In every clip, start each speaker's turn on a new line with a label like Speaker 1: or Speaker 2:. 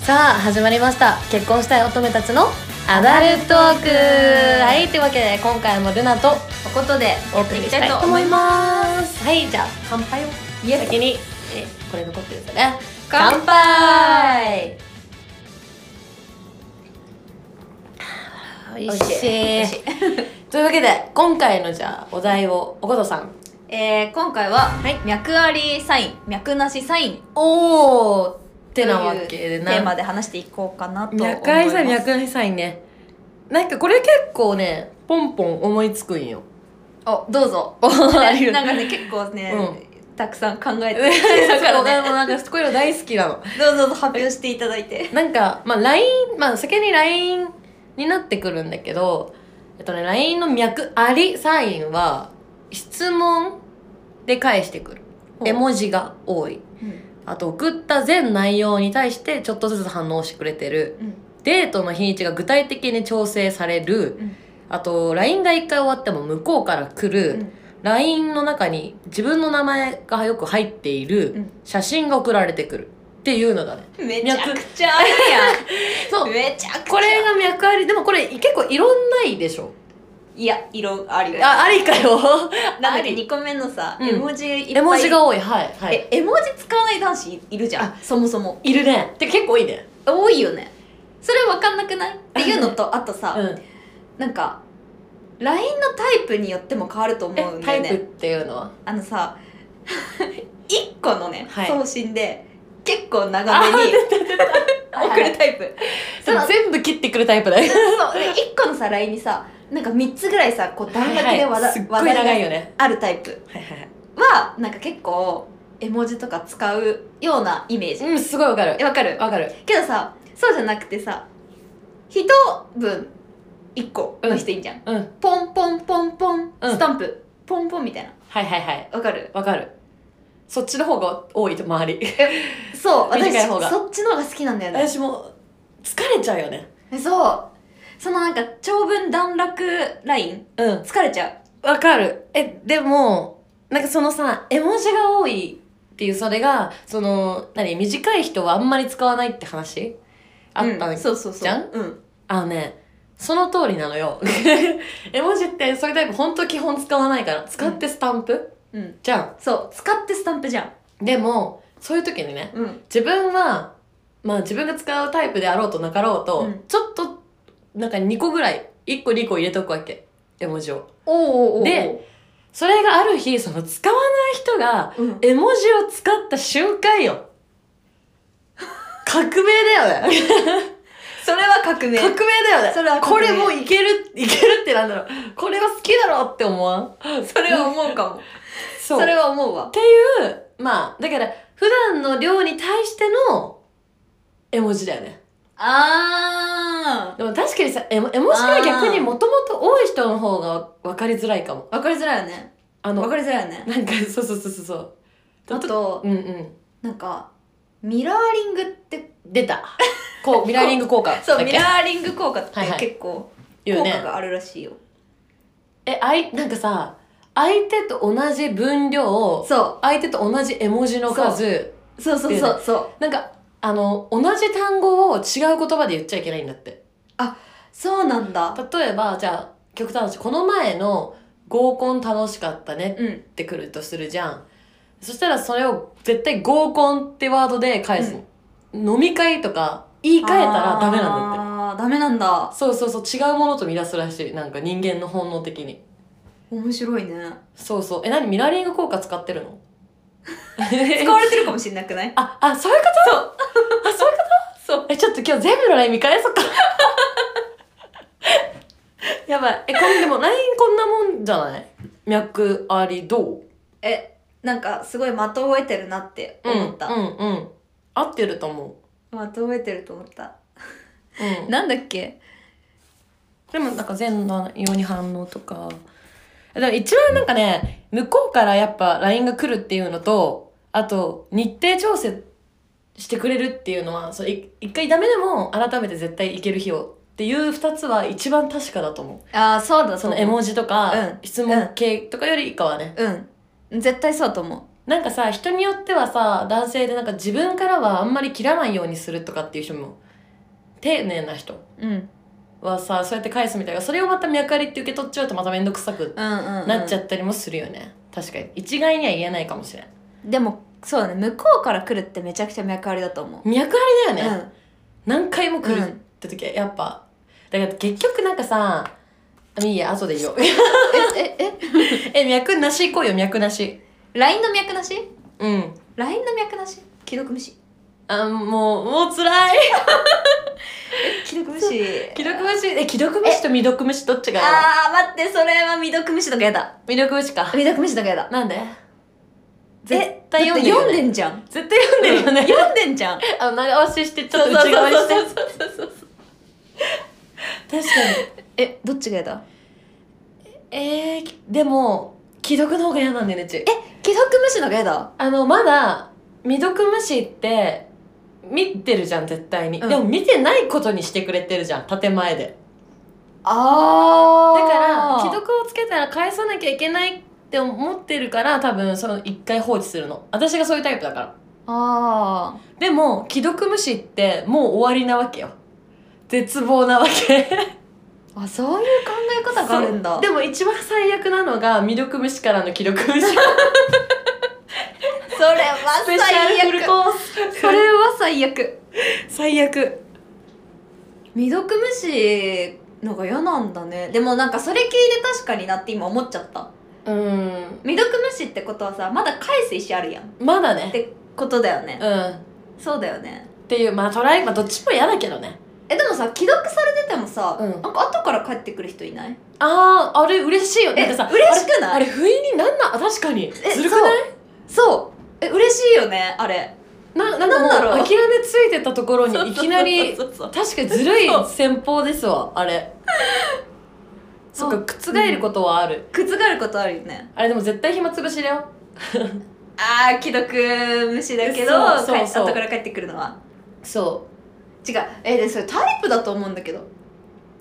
Speaker 1: さあ始まりました結婚したい乙女たちのアダルトークはいというわけで今回もルナと
Speaker 2: ということで
Speaker 1: お
Speaker 2: やっ
Speaker 1: 送
Speaker 2: てい
Speaker 1: り
Speaker 2: き
Speaker 1: した
Speaker 2: た
Speaker 1: い
Speaker 2: い
Speaker 1: と
Speaker 2: と
Speaker 1: 思
Speaker 2: 思
Speaker 1: い
Speaker 2: います
Speaker 1: ますはいじゃあ乾杯を
Speaker 2: イエス
Speaker 1: 先にえこれ残ってるんだね
Speaker 2: 乾杯
Speaker 1: 美
Speaker 2: お
Speaker 1: 味
Speaker 2: い
Speaker 1: しい
Speaker 2: 美味しい
Speaker 1: というわけで今回のじゃあお題をおことさん
Speaker 2: えー、今回は、脈ありサイン脈なしサインっ
Speaker 1: おおって
Speaker 2: て
Speaker 1: なわけでな
Speaker 2: テーマで話していこうかなと思います
Speaker 1: 脈ありさん脈ありさんねなんかこれ結構ねポンポン思いつくんよ
Speaker 2: おどうぞ
Speaker 1: あり
Speaker 2: ね
Speaker 1: が
Speaker 2: な
Speaker 1: とうん
Speaker 2: かね結構ね、
Speaker 1: う
Speaker 2: たくさん考え て
Speaker 1: だ
Speaker 2: だ
Speaker 1: か
Speaker 2: からら
Speaker 1: ね、
Speaker 2: ね
Speaker 1: もなんかこういうの大好きなの。
Speaker 2: どうぞどうぞ発表していただいて
Speaker 1: なんか、まあ LINE、まあ先に LINE になってくるんだけど、えっとね、LINE の脈ありサインは、質問で返してくる。絵文字が多い。あと、送った全内容に対してちょっとずつ反応してくれてる。
Speaker 2: うん
Speaker 1: デートの日にちが具体的に調整される。
Speaker 2: うん
Speaker 1: あと、LINE が一回終わっても向こうから来る。
Speaker 2: うん
Speaker 1: LINE の中に自分の名前がよく入っている
Speaker 2: うん
Speaker 1: 写真が送られてくるっていうのだね。
Speaker 2: めちゃくちゃあるや
Speaker 1: そ
Speaker 2: ん
Speaker 1: う。
Speaker 2: めちゃくちゃ
Speaker 1: これが脈あり、でもこれ結構いろんないでしょ。
Speaker 2: いや色あり
Speaker 1: あ、ありかよ。
Speaker 2: なんだ
Speaker 1: あ
Speaker 2: っけ
Speaker 1: り。
Speaker 2: 2個目のさ、
Speaker 1: うん
Speaker 2: 絵文字いっぱい
Speaker 1: 絵文字が多い。はい。はい。
Speaker 2: え絵文字使わない男子いるじゃん
Speaker 1: あ
Speaker 2: そもそも
Speaker 1: いるね。てか結構多いね。
Speaker 2: 多いよねそれ分かんなく ないっていうのとあとさ、
Speaker 1: うん。
Speaker 2: なんか LINE のタイプによっても変わると思うん
Speaker 1: え、
Speaker 2: だ
Speaker 1: タ
Speaker 2: よ
Speaker 1: イプっ
Speaker 2: ね
Speaker 1: ていうのは
Speaker 2: あのさ1個のね、
Speaker 1: はい
Speaker 2: 送信で結構長めに 送るタイプ
Speaker 1: それ全部切ってくるタイプだよ。
Speaker 2: そうで1個のさ LINE にさなんか3つぐらいさこう段落
Speaker 1: は
Speaker 2: で話
Speaker 1: いはい
Speaker 2: 題
Speaker 1: すっご
Speaker 2: 話
Speaker 1: い長い
Speaker 2: 題
Speaker 1: よ
Speaker 2: が
Speaker 1: ね。
Speaker 2: あるタイプ
Speaker 1: はいはいはい。
Speaker 2: はなんか結構絵文字とか使うようなイメージ
Speaker 1: うん、すごいわかる
Speaker 2: え。わかる
Speaker 1: わかる。
Speaker 2: けどさそうじゃなくてさ一文一個の人いいじゃん、
Speaker 1: うん。
Speaker 2: ポンポンポンポン
Speaker 1: うん
Speaker 2: スタンプ、ポンポンみたいな
Speaker 1: はいはいはい。
Speaker 2: わかる
Speaker 1: わかる。そっちの方が多いと、周 り。
Speaker 2: そう私
Speaker 1: 短い方が
Speaker 2: そっちの方が好きなんだよね
Speaker 1: 私も疲れちゃうよね
Speaker 2: そうそのなんか長文段落ライン
Speaker 1: うん
Speaker 2: 疲れちゃ
Speaker 1: わかるえでもなんかそのさ絵文字が多いっていうそれがその何短い人はあんまり使わないって話あった
Speaker 2: う
Speaker 1: の、
Speaker 2: うん、そうそうそう
Speaker 1: じゃん
Speaker 2: うん
Speaker 1: あのねその通りなのよ 絵文字ってそういうタイプ本当基本使わないから使ってスタンプ、
Speaker 2: うん
Speaker 1: じゃ
Speaker 2: そう使ってスタンプじゃん
Speaker 1: んでもそういう時にね
Speaker 2: うん
Speaker 1: 自分はまあ自分が使うタイプであろうとなかろうと、
Speaker 2: うん
Speaker 1: ちょっとなんか2個ぐらい1個2個入れとくわけ絵文字を
Speaker 2: おーおーおーおー
Speaker 1: でそれがある日、その使わない人が
Speaker 2: うん、
Speaker 1: 絵文字を使った瞬間よ。革命だ よね。
Speaker 2: それは革
Speaker 1: 革
Speaker 2: 命
Speaker 1: 命だよね。
Speaker 2: それは
Speaker 1: こ
Speaker 2: 革命
Speaker 1: れもういける、いけるってなんだろう。これは好きだろうって思わん。
Speaker 2: それは思うかも
Speaker 1: そそ
Speaker 2: そ
Speaker 1: れ
Speaker 2: れ
Speaker 1: を、
Speaker 2: は思うわ
Speaker 1: まあ、だから、普段の量に対しての絵文字だよね。
Speaker 2: あ
Speaker 1: でも確かにさ、絵絵文字が逆にもともと多い人の方が分かりづらいかも。
Speaker 2: ーわかりづらいよね
Speaker 1: あ
Speaker 2: わ
Speaker 1: の、
Speaker 2: かりづらいよね
Speaker 1: なんか、そうそうそうそうそう。
Speaker 2: あと
Speaker 1: うんうん。
Speaker 2: なんかミラーリングって
Speaker 1: 出た。こう、 ミラーリング効果だっけ。
Speaker 2: そうミラーリング効果って
Speaker 1: はいはい
Speaker 2: 結構
Speaker 1: 言う
Speaker 2: 効
Speaker 1: ね
Speaker 2: 果があるらしいよ
Speaker 1: えあいなんかさ相手と同じ分量を
Speaker 2: そ
Speaker 1: 相手と同じ絵文字の数
Speaker 2: うそうそうそうそう
Speaker 1: なんかあの同じ単語を違う言葉で言っちゃいけないんだって
Speaker 2: そうなんだ
Speaker 1: 例えばじゃあ極端な話この前の合コン楽しかったね
Speaker 2: うん
Speaker 1: ってくるとするじゃんそしたらそれを絶対合コンってワードで返すの、飲み会とか言い換えたらダメなんだって
Speaker 2: だってダメなんだ
Speaker 1: そうそうそう違うものと見出すらしいなんか人間の本能的に
Speaker 2: 面白いね
Speaker 1: そうそうえ何ミラーリング効果使ってる の
Speaker 2: 使われてるかもしれなくない
Speaker 1: あ、あ、そういうことあ、そういうことそう。え、ちょっと今日全部の LINE 見返そうか。やばい。え、こんでも LINE こんなもんじゃない脈ありどう
Speaker 2: えなんかすごい的を得てるなって思った、
Speaker 1: うん、うん、うん。合ってると思
Speaker 2: 的を得てると思った
Speaker 1: う。うん。
Speaker 2: なんだっけ
Speaker 1: でもなんか全内容に反応とか。でも一番なんかね、向こうからやっぱ LINE が来るっていうのと、あと日程調整してくれるっていうのは、そうい一回ダメでも改めて絶対行ける日をっていう二つは一番確かだと思
Speaker 2: ああそうだ
Speaker 1: う。その
Speaker 2: と
Speaker 1: 絵
Speaker 2: 思う
Speaker 1: 文字とか、
Speaker 2: うん
Speaker 1: 質問系とかより以下はね。
Speaker 2: うん絶対そうと思う
Speaker 1: なんかさ人によってはさ男性でなんか自分からはあんまり切らないようにするとかっていう人も丁寧な人
Speaker 2: うんうん
Speaker 1: はさそうやって返すみたいなそれをまた脈ありって受け取っちゃうとまた面倒くさく
Speaker 2: うん、うん、
Speaker 1: なっちゃったりもするよね、確かに一概には言えないかもしれん
Speaker 2: でもそうだね向こうから来るってめちゃくちゃ脈ありだと思う、
Speaker 1: 脈ありだよね、何回も来る
Speaker 2: う
Speaker 1: っ
Speaker 2: ん
Speaker 1: て時はやっぱだから結局なんかさあいいや後で言おう
Speaker 2: えええ
Speaker 1: え脈なし行こうよ脈なし
Speaker 2: LINE の脈なし
Speaker 1: うん
Speaker 2: LINE の脈なし既読無視
Speaker 1: あもうもう辛い
Speaker 2: 既読無視
Speaker 1: 既読無視え既読無視と未読無視どっちがやだ
Speaker 2: あー待ってそれは未読無視とかやだ
Speaker 1: 未読無視か
Speaker 2: 未読無視とかやだ
Speaker 1: なんで
Speaker 2: え
Speaker 1: 絶対読んでるよ
Speaker 2: だっ
Speaker 1: ね
Speaker 2: て読んでんじゃん
Speaker 1: 絶対読んでるよね、
Speaker 2: 読んでんじゃ ん
Speaker 1: あの長押ししてちょっと内側にして
Speaker 2: そう
Speaker 1: 確かに
Speaker 2: えどっちがやだ
Speaker 1: えー、でも既読の方が嫌なんだよねうち
Speaker 2: 既読無視のがやだ
Speaker 1: あのまだ未読無視って見てるじゃん絶対に、
Speaker 2: うん
Speaker 1: でも見てないことにしてくれてるじゃん建前で
Speaker 2: あ
Speaker 1: だか
Speaker 2: だからら
Speaker 1: 既
Speaker 2: 既読
Speaker 1: 読をつけたら返さなきゃいけないって思ってるから多分その一回放置するの私がそういうタイプだから
Speaker 2: あ
Speaker 1: でも既読無視ってもう終わりなわけよ絶望なわけ
Speaker 2: ーあそういう考え方があるんだ
Speaker 1: そうでも一番最悪なのが未読無視からの既読 無視ス
Speaker 2: それは
Speaker 1: ペシャルフルコース
Speaker 2: それは最悪
Speaker 1: 最悪
Speaker 2: 未読無視のが嫌なんだねでもなんかそれ聞いて確かになって今思っちゃった
Speaker 1: うん
Speaker 2: 未読無視ってことはさまだ返す意思あるやんっ
Speaker 1: まだね
Speaker 2: てことだよね
Speaker 1: うん
Speaker 2: そうだよね
Speaker 1: っていうまあトライまあどっちも嫌だけどね
Speaker 2: えでもさ既読されててもさ、
Speaker 1: うん
Speaker 2: なんか後から帰ってくる人いない
Speaker 1: あああれ嬉しいよだっ
Speaker 2: え
Speaker 1: てさ
Speaker 2: 嬉しく
Speaker 1: あ
Speaker 2: ない
Speaker 1: れ不意になんなあ確かに
Speaker 2: え
Speaker 1: ずるくない
Speaker 2: そうえ嬉しいよねあれ
Speaker 1: ななんか
Speaker 2: なんだろ
Speaker 1: もう
Speaker 2: う
Speaker 1: 諦めついてたところにいきなり
Speaker 2: そうそうそう
Speaker 1: 確かにずるい
Speaker 2: そう
Speaker 1: 戦法ですわあれそっか覆ることはある、
Speaker 2: そう覆ることあるよね
Speaker 1: あれでも絶対暇つぶしだよ
Speaker 2: あー既読無視だけど
Speaker 1: そうそう
Speaker 2: 帰
Speaker 1: そう
Speaker 2: 後から帰ってくるのは
Speaker 1: そう
Speaker 2: 違うえでそれタイプだと思うんだけど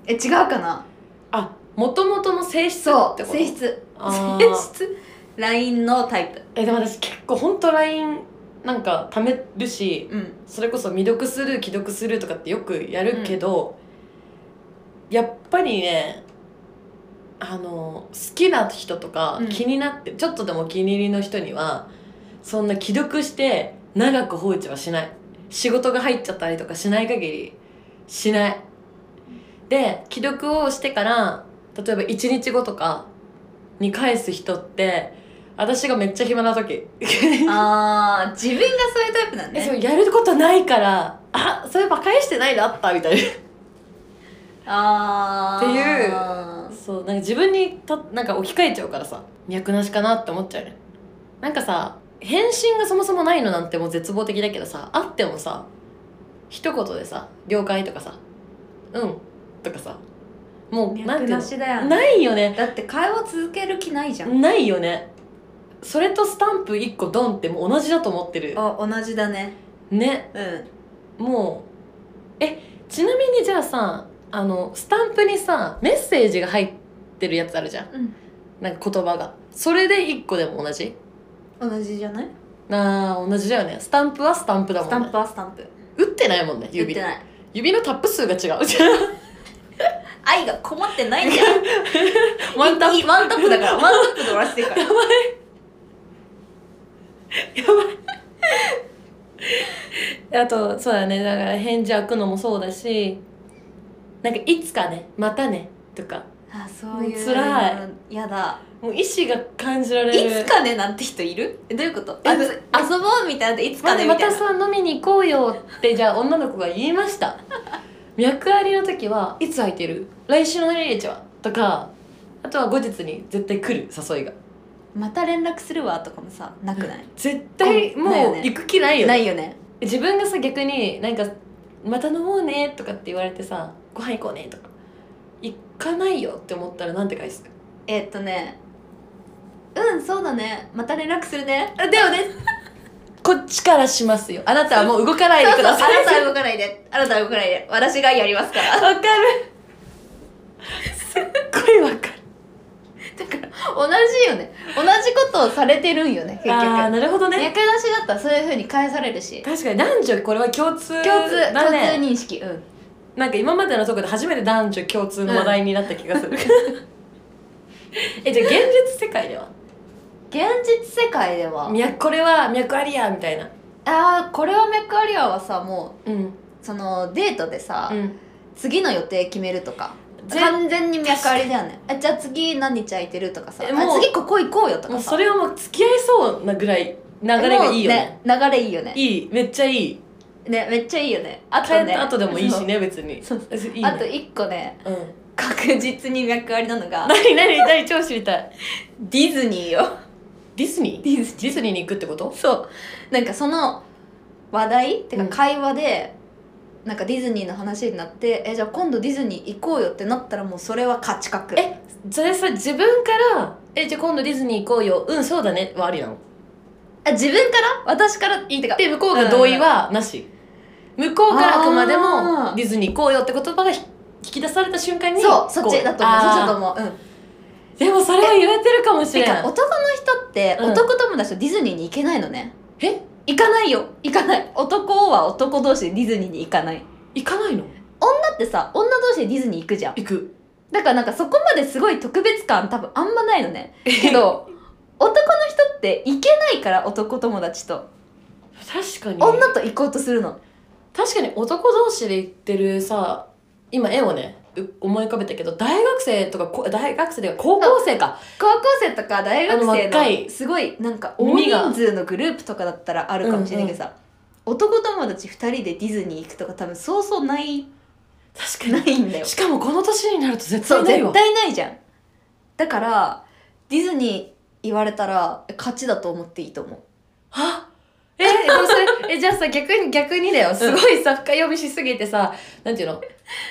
Speaker 2: え違うかな
Speaker 1: あもともとの性質ってこ
Speaker 2: そ
Speaker 1: と
Speaker 2: う性質
Speaker 1: あー
Speaker 2: 性質 LINE のタイプ
Speaker 1: えでも私結構ほんと LINE なんか貯めるし
Speaker 2: うん
Speaker 1: それこそ未読する既読するとかってよくやるけど、やっぱりねあの好きな人とか
Speaker 2: うん
Speaker 1: 気になって、ちょっとでもお気に入りの人にはそんな既読して長く放置はしない仕事が入っちゃったりとかしない限りしないで既読をしてから例えば1日後とかに返す人って私がめっちゃ暇な時
Speaker 2: あー自分がそういうタイプなん
Speaker 1: えそう
Speaker 2: ね
Speaker 1: やることないからあそういえば返してないのあったみたい
Speaker 2: あ
Speaker 1: なそうなんか自分にとなんか置き換えちゃうからさ脈なしかなって思っちゃうねなんかさ返信がそもそもないのなんてもう絶望的だけどさあってもさ一言でさ「了解」とかさ「うん」とかさもう
Speaker 2: ていう
Speaker 1: なん
Speaker 2: 脈
Speaker 1: ていうの
Speaker 2: なしだよね
Speaker 1: ないよね
Speaker 2: だって会話続ける気ないじゃん
Speaker 1: ないよねそれとスタンプ1個ドンってもう同じだと思ってる
Speaker 2: あ同じだね
Speaker 1: ね
Speaker 2: うん
Speaker 1: もうえちなみにじゃあさあのスタンプにさメッセージが入ってるやつあるじゃんなんか言葉がそれで1個でも同じ
Speaker 2: 同じじゃない
Speaker 1: あー同じだよねスタンプはスタンプだも
Speaker 2: スタ
Speaker 1: ん
Speaker 2: ン
Speaker 1: ね
Speaker 2: プはスタンプ
Speaker 1: 打ってないもんね
Speaker 2: 言っ
Speaker 1: 指
Speaker 2: てない
Speaker 1: 指のタップ数が違 う
Speaker 2: 愛がこもってないじゃん
Speaker 1: ワンタップ
Speaker 2: いい ワンタップ だからワンタップで終わらせてるから
Speaker 1: あとそうだねだから返事開くのもそうだしなんか「いつかねまたね」とか
Speaker 2: あそういう
Speaker 1: もう辛
Speaker 2: いやだ
Speaker 1: もう意志が感じられ
Speaker 2: い
Speaker 1: る
Speaker 2: つかねなんて人いるえどういうことあ
Speaker 1: え
Speaker 2: 遊ぼうみたいなでいつかねみ
Speaker 1: ま
Speaker 2: たい
Speaker 1: た
Speaker 2: な
Speaker 1: さ飲みに行こうよ ってじゃあ女の子が言いました脈ありの時はいつ空いてる来週の何日はとかあとは後日に絶対来る誘いが
Speaker 2: また連絡するわとかもさなくない
Speaker 1: 絶対
Speaker 2: うんな
Speaker 1: も
Speaker 2: いよ
Speaker 1: う
Speaker 2: ね
Speaker 1: 行く気ないよ
Speaker 2: ないよね
Speaker 1: 自分がさ逆になんか「また飲もうね」とかって言われてさ「ご飯行こうね」とか「行かないよ」って思ったらなんて返す
Speaker 2: えーっとねうんそうだねまた連絡するねあでもね
Speaker 1: こっちからしますよあなたはもう動かないで
Speaker 2: そう
Speaker 1: く
Speaker 2: そうあ
Speaker 1: だ
Speaker 2: な
Speaker 1: さい
Speaker 2: たは動かないであなたは動かないで私 がやりますから
Speaker 1: わかるすっごいわかる
Speaker 2: から同じよね同じことをされてるんよね結局
Speaker 1: ああ
Speaker 2: 役
Speaker 1: なるほど
Speaker 2: 出
Speaker 1: ね
Speaker 2: しだったらそういうふうに返されるし
Speaker 1: 確かに男女これは共通
Speaker 2: 共通共
Speaker 1: だね
Speaker 2: 通認識うん
Speaker 1: なんか今までのとこで初めて男女共通の話題になった気がする、 えじゃあ現実世界では
Speaker 2: 現実世界では
Speaker 1: 脈これは脈ありやみたいな
Speaker 2: ああこれはメクアリアはさも
Speaker 1: うん
Speaker 2: うそのデートでさ、
Speaker 1: うん
Speaker 2: 次の予定決めるとか
Speaker 1: ぜ
Speaker 2: 完全に脈ありだよねあじゃあ次何日空いてるとかさ
Speaker 1: えもう
Speaker 2: あ次ここ行こうよと
Speaker 1: も
Speaker 2: か
Speaker 1: う
Speaker 2: さ
Speaker 1: それはもう付き合いそうなぐらい流れがいいよね
Speaker 2: もう流れいいよね
Speaker 1: いいめっちゃいい
Speaker 2: ねめっちゃいいよねあ
Speaker 1: 帰
Speaker 2: と
Speaker 1: っ
Speaker 2: ね
Speaker 1: た後でもいいしね別に
Speaker 2: そう
Speaker 1: えいい
Speaker 2: そう
Speaker 1: ね
Speaker 2: あと一個ね
Speaker 1: うん
Speaker 2: 確実に脈ありなの が
Speaker 1: 何何何超知りたい
Speaker 2: ディズニーよ
Speaker 1: ディズニーディズニーに行くってこと
Speaker 2: そうなんかその話題って
Speaker 1: うん
Speaker 2: か会話で、なんかディズニーの話になってえじゃあ今度ディズニー行こうよってなったらもうそれは価値格
Speaker 1: えそれさ自分から「えじゃあ今度ディズニー行こうようんそうだね」はありなの
Speaker 2: あ自分から私から言ってか
Speaker 1: で向こうが同意はなし、向こうからあくまで
Speaker 2: あ
Speaker 1: も
Speaker 2: ー
Speaker 1: ディズニー行こうよって言葉がひ引き出された瞬間に
Speaker 2: そうそっちだと思う
Speaker 1: こ
Speaker 2: そっちだと
Speaker 1: あ
Speaker 2: 思ううん
Speaker 1: ーでもそれは言えてるかもしてれ
Speaker 2: か
Speaker 1: ない
Speaker 2: 男の人って
Speaker 1: うん
Speaker 2: 男友達とディズニーに行けないのね、
Speaker 1: え
Speaker 2: 行かないよ行かない男は男同士でディズニーに行かない
Speaker 1: 行かないの
Speaker 2: だってさ女同士でディズニー行くじゃん
Speaker 1: 行く
Speaker 2: だからなんかそこまですごい特別感多分あんまないのね けど男の人って行けないから男友達と
Speaker 1: 確かに
Speaker 2: 女と行こうとするの
Speaker 1: 確かに男同士で行ってるさ今絵をねう思い浮かべたけど大学生とかこ大学生で高校生か
Speaker 2: 高校生とか大学
Speaker 1: あの若
Speaker 2: 生
Speaker 1: い
Speaker 2: のすごいなんか大
Speaker 1: 耳が
Speaker 2: 人数のグループとかだったらあるかもしれないけどさ、男友達2人でディズニー行くとか多分そうそうない
Speaker 1: 確か
Speaker 2: な
Speaker 1: に
Speaker 2: い んだよ
Speaker 1: しかもこの年になると絶対
Speaker 2: そう
Speaker 1: ないわ
Speaker 2: 絶対ないじゃんだからディズニー言われたら勝ちだと思っていいと思う
Speaker 1: あえでもそれえじゃあさ逆に逆にだよすごいさ深読みしすぎてさなんていうの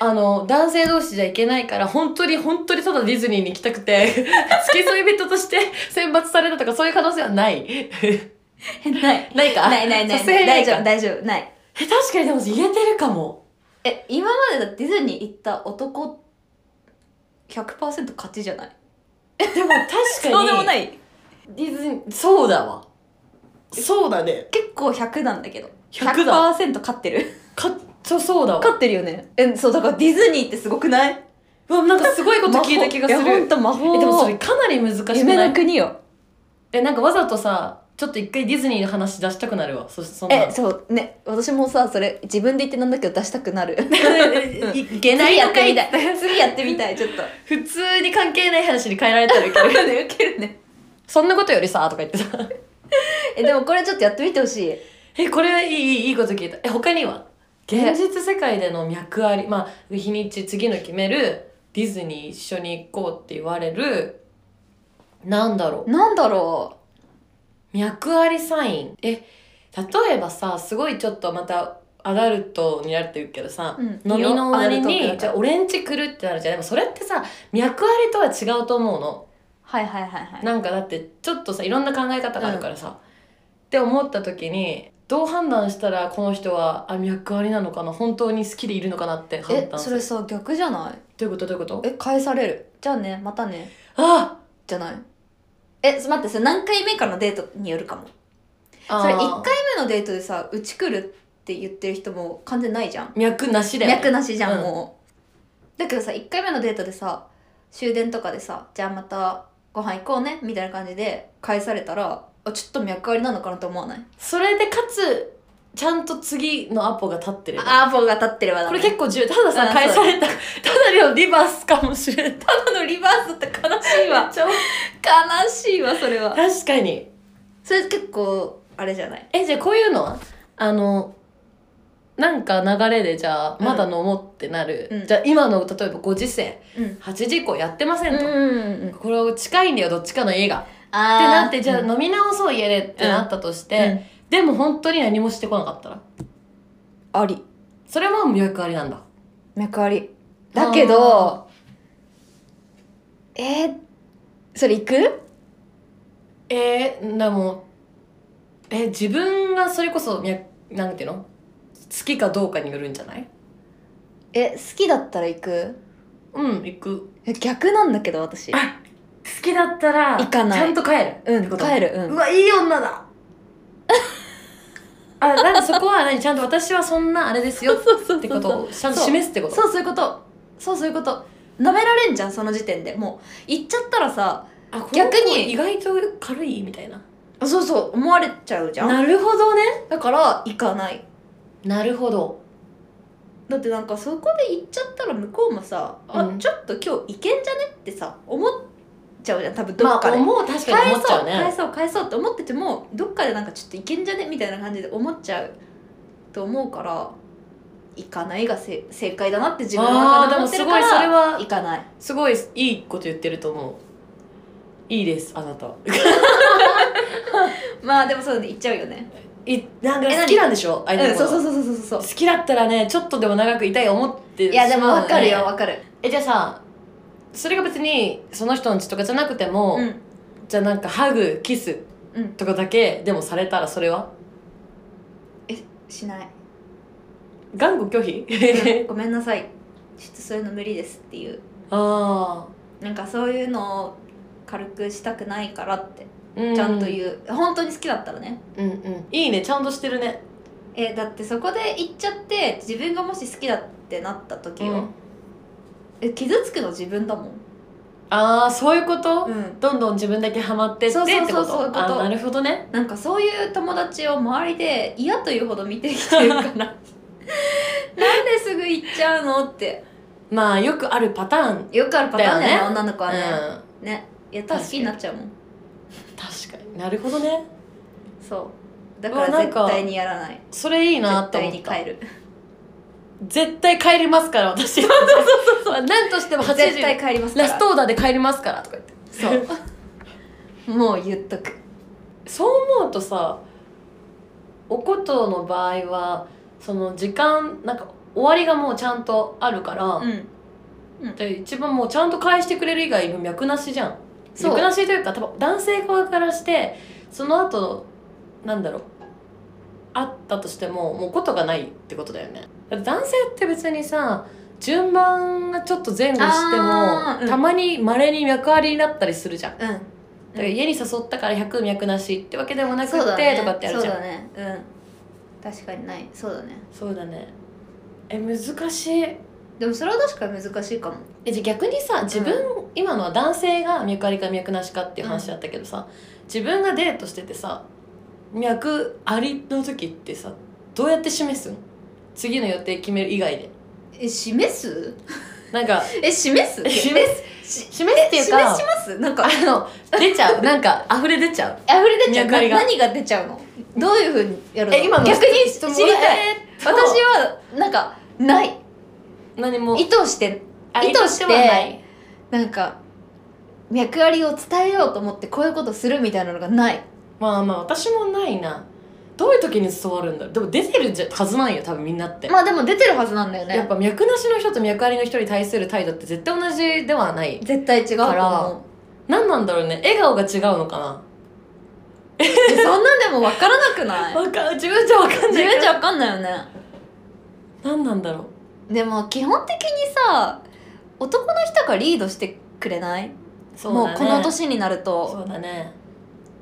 Speaker 1: あの男性同士じゃいけないから本当に本当にただディズニーに行きたくて 付き添い人として選抜されたとかそういう可能性はない
Speaker 2: ない
Speaker 1: ないか
Speaker 2: ないないな
Speaker 1: さ
Speaker 2: い
Speaker 1: すがにな
Speaker 2: 大
Speaker 1: いか
Speaker 2: 丈夫大丈夫ない
Speaker 1: え確かにでも言えてるかも
Speaker 2: え今までだってディズニー行った男100%勝ちじゃない
Speaker 1: でも確かに
Speaker 2: そうでもない
Speaker 1: ディズニーそうだわそうだね
Speaker 2: 結構100なんだけど
Speaker 1: 100だ
Speaker 2: 勝ってる
Speaker 1: かそうそうだわ
Speaker 2: 勝ってるよねえそうだからディズニーってすごくないう
Speaker 1: わなんかすごいこと聞いた気がする
Speaker 2: いやほんと魔法
Speaker 1: えでもそれかなり難しくない
Speaker 2: 夢の国よ
Speaker 1: えなんかわざとさちょっと一回ディズニーの話出したくなるわそそんな
Speaker 2: えそうね私もさそれ自分で言ってなんだけど出したくなる
Speaker 1: い いけない
Speaker 2: 次や
Speaker 1: の
Speaker 2: って
Speaker 1: かい
Speaker 2: みたい 次やってみたいちょっと
Speaker 1: 普通に関係ない話に変えられたらいいけど
Speaker 2: ウケるね
Speaker 1: そんなことよりさとか言ってさ
Speaker 2: えでもこれちょっとやってみてほしい
Speaker 1: えこれいいいいいいこと聞いたえ他には現実世界での脈ありまあ日にち次の決めるディズニー一緒に行こうって言われるなんだろう
Speaker 2: なんだろ
Speaker 1: 脈ありサインえ例えばさすごいちょっとまたアダルトになってるけどさ、
Speaker 2: うん
Speaker 1: 飲みの終わり
Speaker 2: いいよアダルトって
Speaker 1: に
Speaker 2: な
Speaker 1: じゃあ俺んち来るってなるじゃんでもそれってさ脈ありとは違うと思うの
Speaker 2: うはいはいはいはい
Speaker 1: なんかだってちょっとさいろんな考え方があるからさ、って思った時にどう判断したらこの人はあ脈ありなのかな本当に好きでいるのかなって判
Speaker 2: え
Speaker 1: 断す
Speaker 2: そ
Speaker 1: る
Speaker 2: れさ逆じゃない
Speaker 1: どういうことどういうこと
Speaker 2: え返されるじゃあねまたね
Speaker 1: あ
Speaker 2: じゃないえす待ってそれ何回目かのデートによるかも
Speaker 1: あ
Speaker 2: それ1回目のデートでさ「うち来る」って言ってる人も完全ないじゃん
Speaker 1: 脈なしだよね
Speaker 2: 脈なしじゃん、
Speaker 1: うん
Speaker 2: もうだけどさ1回目のデートでさ終電とかでさ「じゃあまたご飯行こうね」みたいな感じで返されたらあちょっと脈ありなのかなと思わない
Speaker 1: それでかつちゃんと次のアポが立ってれば
Speaker 2: アポが立ってればだ、ね、
Speaker 1: これ結構重要ただ
Speaker 2: うん
Speaker 1: さ返されたただのリバースかもしれない
Speaker 2: 構のリバースって悲しいわ悲しいわそれは
Speaker 1: 確かに
Speaker 2: それ結構あれじゃない
Speaker 1: えじゃあこういうのはあのなんか流れでじゃあまだ飲もうってなる、
Speaker 2: うん
Speaker 1: じゃあ今の例えばご時世
Speaker 2: うん
Speaker 1: 8時以降やってません
Speaker 2: う
Speaker 1: と、
Speaker 2: ん
Speaker 1: これを近いんだよどっちかの家がって
Speaker 2: あー
Speaker 1: なってじゃあ
Speaker 2: うん
Speaker 1: 飲み直そう家でってなったとして、でも本当に何もしてこなかったら
Speaker 2: あり
Speaker 1: それはもう役割なんだ
Speaker 2: 脈ありだけどえー、それ行く
Speaker 1: えー、でもえ自分がそれこそみゃなんていうの好きかどうかによるんじゃない
Speaker 2: え好きだったら行く
Speaker 1: うん行く
Speaker 2: え逆なんだけど私
Speaker 1: あ
Speaker 2: 好
Speaker 1: 好きだったら
Speaker 2: 行かない
Speaker 1: ちゃんと帰る
Speaker 2: う
Speaker 1: って
Speaker 2: ん
Speaker 1: こと
Speaker 2: 帰るうん
Speaker 1: うわいい女だあなんでそこは何ちゃんと私は そんなあれですよってことをちゃんと示すってこと
Speaker 2: そうそういうことそうそういうこと舐められんじゃんその時点でもう行っちゃったらさ
Speaker 1: あこの子
Speaker 2: 逆に
Speaker 1: 意外と軽いみたいな
Speaker 2: そうそう思われちゃうじゃん
Speaker 1: なるほどね
Speaker 2: だから行かない
Speaker 1: なるほど
Speaker 2: だってなんかそこで行っちゃったら向こうもさ、
Speaker 1: うん
Speaker 2: あちょっと今日行けんじゃねってさ思っちゃうじゃん多分ど
Speaker 1: ま
Speaker 2: っか
Speaker 1: あ
Speaker 2: で、
Speaker 1: 思う確かに
Speaker 2: 返
Speaker 1: 思っちゃ
Speaker 2: そうう返
Speaker 1: ね
Speaker 2: そう返そうって思っててもどっかでなんかちょっといけんじゃねみたいな感じで思っちゃうと思うから行かないがせ正解だなって自分の中で
Speaker 1: あー
Speaker 2: 思ってるから
Speaker 1: でもすごいそれは
Speaker 2: 行かない
Speaker 1: すごいいいこと言ってると思ういいですあなた
Speaker 2: まあでもそうね行っちゃうよね
Speaker 1: いなんか
Speaker 2: え何
Speaker 1: 好きなんでしょ
Speaker 2: う
Speaker 1: 相
Speaker 2: ん
Speaker 1: 手のこ
Speaker 2: そ
Speaker 1: と
Speaker 2: うそうそうそうそうそう
Speaker 1: 好きだったらねちょっとでも長くいたい思って
Speaker 2: いやでも
Speaker 1: わ
Speaker 2: わかるよわかる
Speaker 1: えじゃあさそれが別にその人の血とかじゃなくても、
Speaker 2: うん
Speaker 1: じゃあなんかハグキス
Speaker 2: うん
Speaker 1: とかだけでもされたらそれは
Speaker 2: しない
Speaker 1: 頑固拒
Speaker 2: うん
Speaker 1: 否
Speaker 2: ごめんなさいちょっとそういうの無理ですっていう
Speaker 1: ああ
Speaker 2: なんかそういうのを軽くしたくないからって
Speaker 1: う
Speaker 2: ちゃんと言う、本当に好きだったらね
Speaker 1: うんうんいいねちゃんとしてるね
Speaker 2: えだってそこで行っちゃって自分がもし好きだってなった時よ、
Speaker 1: うん
Speaker 2: え傷つくの自分だもん、
Speaker 1: ああそういうこと、
Speaker 2: ん、
Speaker 1: どんどん自分だけハマってってって
Speaker 2: そ
Speaker 1: こ
Speaker 2: う
Speaker 1: と
Speaker 2: そうそうそういうこと
Speaker 1: あーなるほどね
Speaker 2: なんかそういう友達を周りで嫌というほど見てきて るからなんですぐ行っちゃうのって
Speaker 1: まあよくあるパターン
Speaker 2: よくあるパターンだよね
Speaker 1: だよ
Speaker 2: 女の子はね、
Speaker 1: うん
Speaker 2: ねやったら好きになっちゃうもん
Speaker 1: 確かになるほどね
Speaker 2: そうだから
Speaker 1: うわなん
Speaker 2: 絶
Speaker 1: か
Speaker 2: 対にやらない
Speaker 1: それいいな
Speaker 2: 絶
Speaker 1: と思
Speaker 2: 対
Speaker 1: っ
Speaker 2: に
Speaker 1: た
Speaker 2: 帰る
Speaker 1: 絶対帰りますから私そうそう そう何としても80
Speaker 2: 絶対帰りますから
Speaker 1: ラストオーダーで帰りますからとか言って
Speaker 2: そうもう言っとく
Speaker 1: そう思うとさおことの場合はその時間なんか終わりがもうちゃんとあるから、
Speaker 2: うん
Speaker 1: で一番もうちゃんと返してくれる以外の脈なしじゃん
Speaker 2: そう
Speaker 1: 脈なしというか多分男性側からしてその後なんだろうあったとしてももうことがないってことだよねだって男性って別にさ順番がちょっと前後して
Speaker 2: あ
Speaker 1: も、
Speaker 2: ーうん
Speaker 1: たまに稀に脈ありになったりするじゃんだ
Speaker 2: うん
Speaker 1: から家に誘ったから100脈なしってわけでもなくて、
Speaker 2: そうだね
Speaker 1: とかってあるじゃん
Speaker 2: そうだねうん確かにないそうだね
Speaker 1: そうだねえ難しい
Speaker 2: でもそれは確かに難しいかも
Speaker 1: えじゃあ逆にさ自分、今のは男性が脈ありか脈なしかっていう話だったけどさ、自分がデートしててさ脈ありの時ってさどうやって示すん次の予定決める以外で
Speaker 2: え示す
Speaker 1: なんか
Speaker 2: え示す
Speaker 1: 示
Speaker 2: す し
Speaker 1: 示すっていうか
Speaker 2: 示しますなんか
Speaker 1: あの出ちゃうなんか溢れ出ちゃう
Speaker 2: あふれ出ちゃう
Speaker 1: 脈ありが
Speaker 2: な何が出ちゃうのどういうふうにやるの
Speaker 1: え今の
Speaker 2: 逆に知りたい
Speaker 1: い
Speaker 2: 私はなんかない
Speaker 1: 何も
Speaker 2: 意図して
Speaker 1: あ
Speaker 2: 意図して
Speaker 1: はない
Speaker 2: なんか脈ありを伝えようと思ってこういうことするみたいなのがない
Speaker 1: まあまあ私もないなどういう時に伝わるんだろうでも出てるじゃはずなんよ多分みんなって、
Speaker 2: まあでも出てるはずなんだよ
Speaker 1: やっ
Speaker 2: ね
Speaker 1: ぱ脈なしの人と脈ありの人に対する態度って絶対同じではない
Speaker 2: 絶対違うと
Speaker 1: か
Speaker 2: 思
Speaker 1: ら
Speaker 2: う
Speaker 1: 何なんだろうね笑顔が違うのかな
Speaker 2: えそんなんでも分からなくない
Speaker 1: わか自分じゃわかん
Speaker 2: 自
Speaker 1: ない
Speaker 2: 分じゃ分かんないよね
Speaker 1: 何なんだろう
Speaker 2: でも基本的にさ男の人がリードしてくれない
Speaker 1: そ
Speaker 2: もうこの
Speaker 1: ね
Speaker 2: 年になると
Speaker 1: そうだね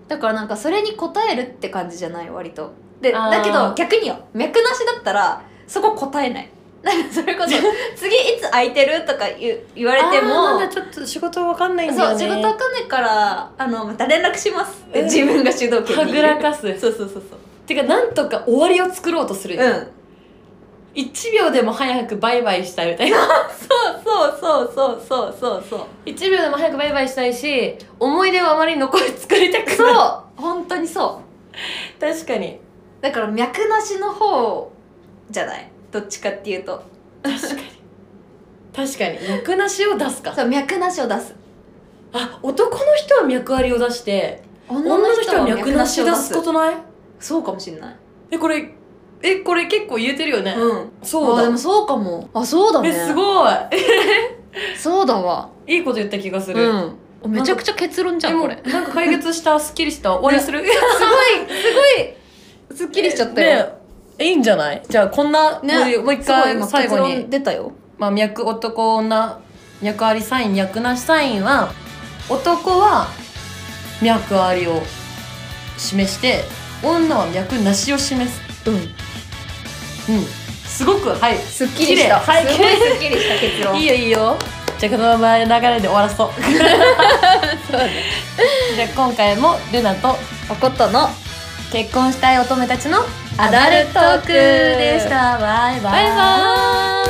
Speaker 2: だからなんかそれに応えるって感じじゃない割とで
Speaker 1: あー
Speaker 2: だけど逆によ脈なしだったらそこ答えない なんかそれこそ 次いつ空いてるとか言う言われて
Speaker 1: あー
Speaker 2: も
Speaker 1: まだちょっと仕事わかんないんだよ
Speaker 2: そう
Speaker 1: ね
Speaker 2: 仕事わかんないからあのまた連絡しますって
Speaker 1: うん
Speaker 2: 自分が主導権
Speaker 1: は
Speaker 2: に
Speaker 1: ぐらかす
Speaker 2: そうそうそうそう
Speaker 1: てかなんとか終わりを作ろうとする、
Speaker 2: うんそう
Speaker 1: 1秒でも早くバイバイしたいみたいな
Speaker 2: そうそうそうそうそうそう
Speaker 1: 1秒でも早くバイバイしたいし思い出をあまり残り作りたくない
Speaker 2: そう本当にそう
Speaker 1: 確かに
Speaker 2: だから脈なしの方じゃないどっちかっていうと
Speaker 1: 確かに脈なしを出すか
Speaker 2: そう脈なしを出す
Speaker 1: あ男の人は脈ありを出して
Speaker 2: 女
Speaker 1: 女の人は脈なしを出す
Speaker 2: 脈
Speaker 1: こと
Speaker 2: なしを
Speaker 1: ない
Speaker 2: 出すそうかもしんない
Speaker 1: えこれえこれ結構言えてるよね、
Speaker 2: うん
Speaker 1: そう
Speaker 2: あ
Speaker 1: だ
Speaker 2: でもそうかもあそうだね
Speaker 1: えすごい
Speaker 2: そうだわ
Speaker 1: えいいこと言った気がす
Speaker 2: う
Speaker 1: る、
Speaker 2: んめちゃくちゃ結論じゃ
Speaker 1: で
Speaker 2: んこ
Speaker 1: も
Speaker 2: れ
Speaker 1: なんか解決 したすっきりした終わりするす
Speaker 2: すごいすっきりしちゃったよ、
Speaker 1: ねいいんじゃないじゃあこんな、
Speaker 2: ね
Speaker 1: もうもう一
Speaker 2: す
Speaker 1: 回
Speaker 2: ごい今
Speaker 1: 最後
Speaker 2: 結論
Speaker 1: に、
Speaker 2: 出たよ
Speaker 1: まあ、脈男女脈ありサイン脈なしサインは男は脈ありを示して女は脈なしを示す
Speaker 2: うん
Speaker 1: うんすごくはい
Speaker 2: すっきりした
Speaker 1: 綺麗はい
Speaker 2: すごいすっきりした結論
Speaker 1: いいよいいよじゃあこのまま流れで終わら そうじゃあ今回もルナと
Speaker 2: パコットの
Speaker 1: 結婚したい乙女たちの
Speaker 2: アダルトークでした
Speaker 1: バイバイ
Speaker 2: バイバーイ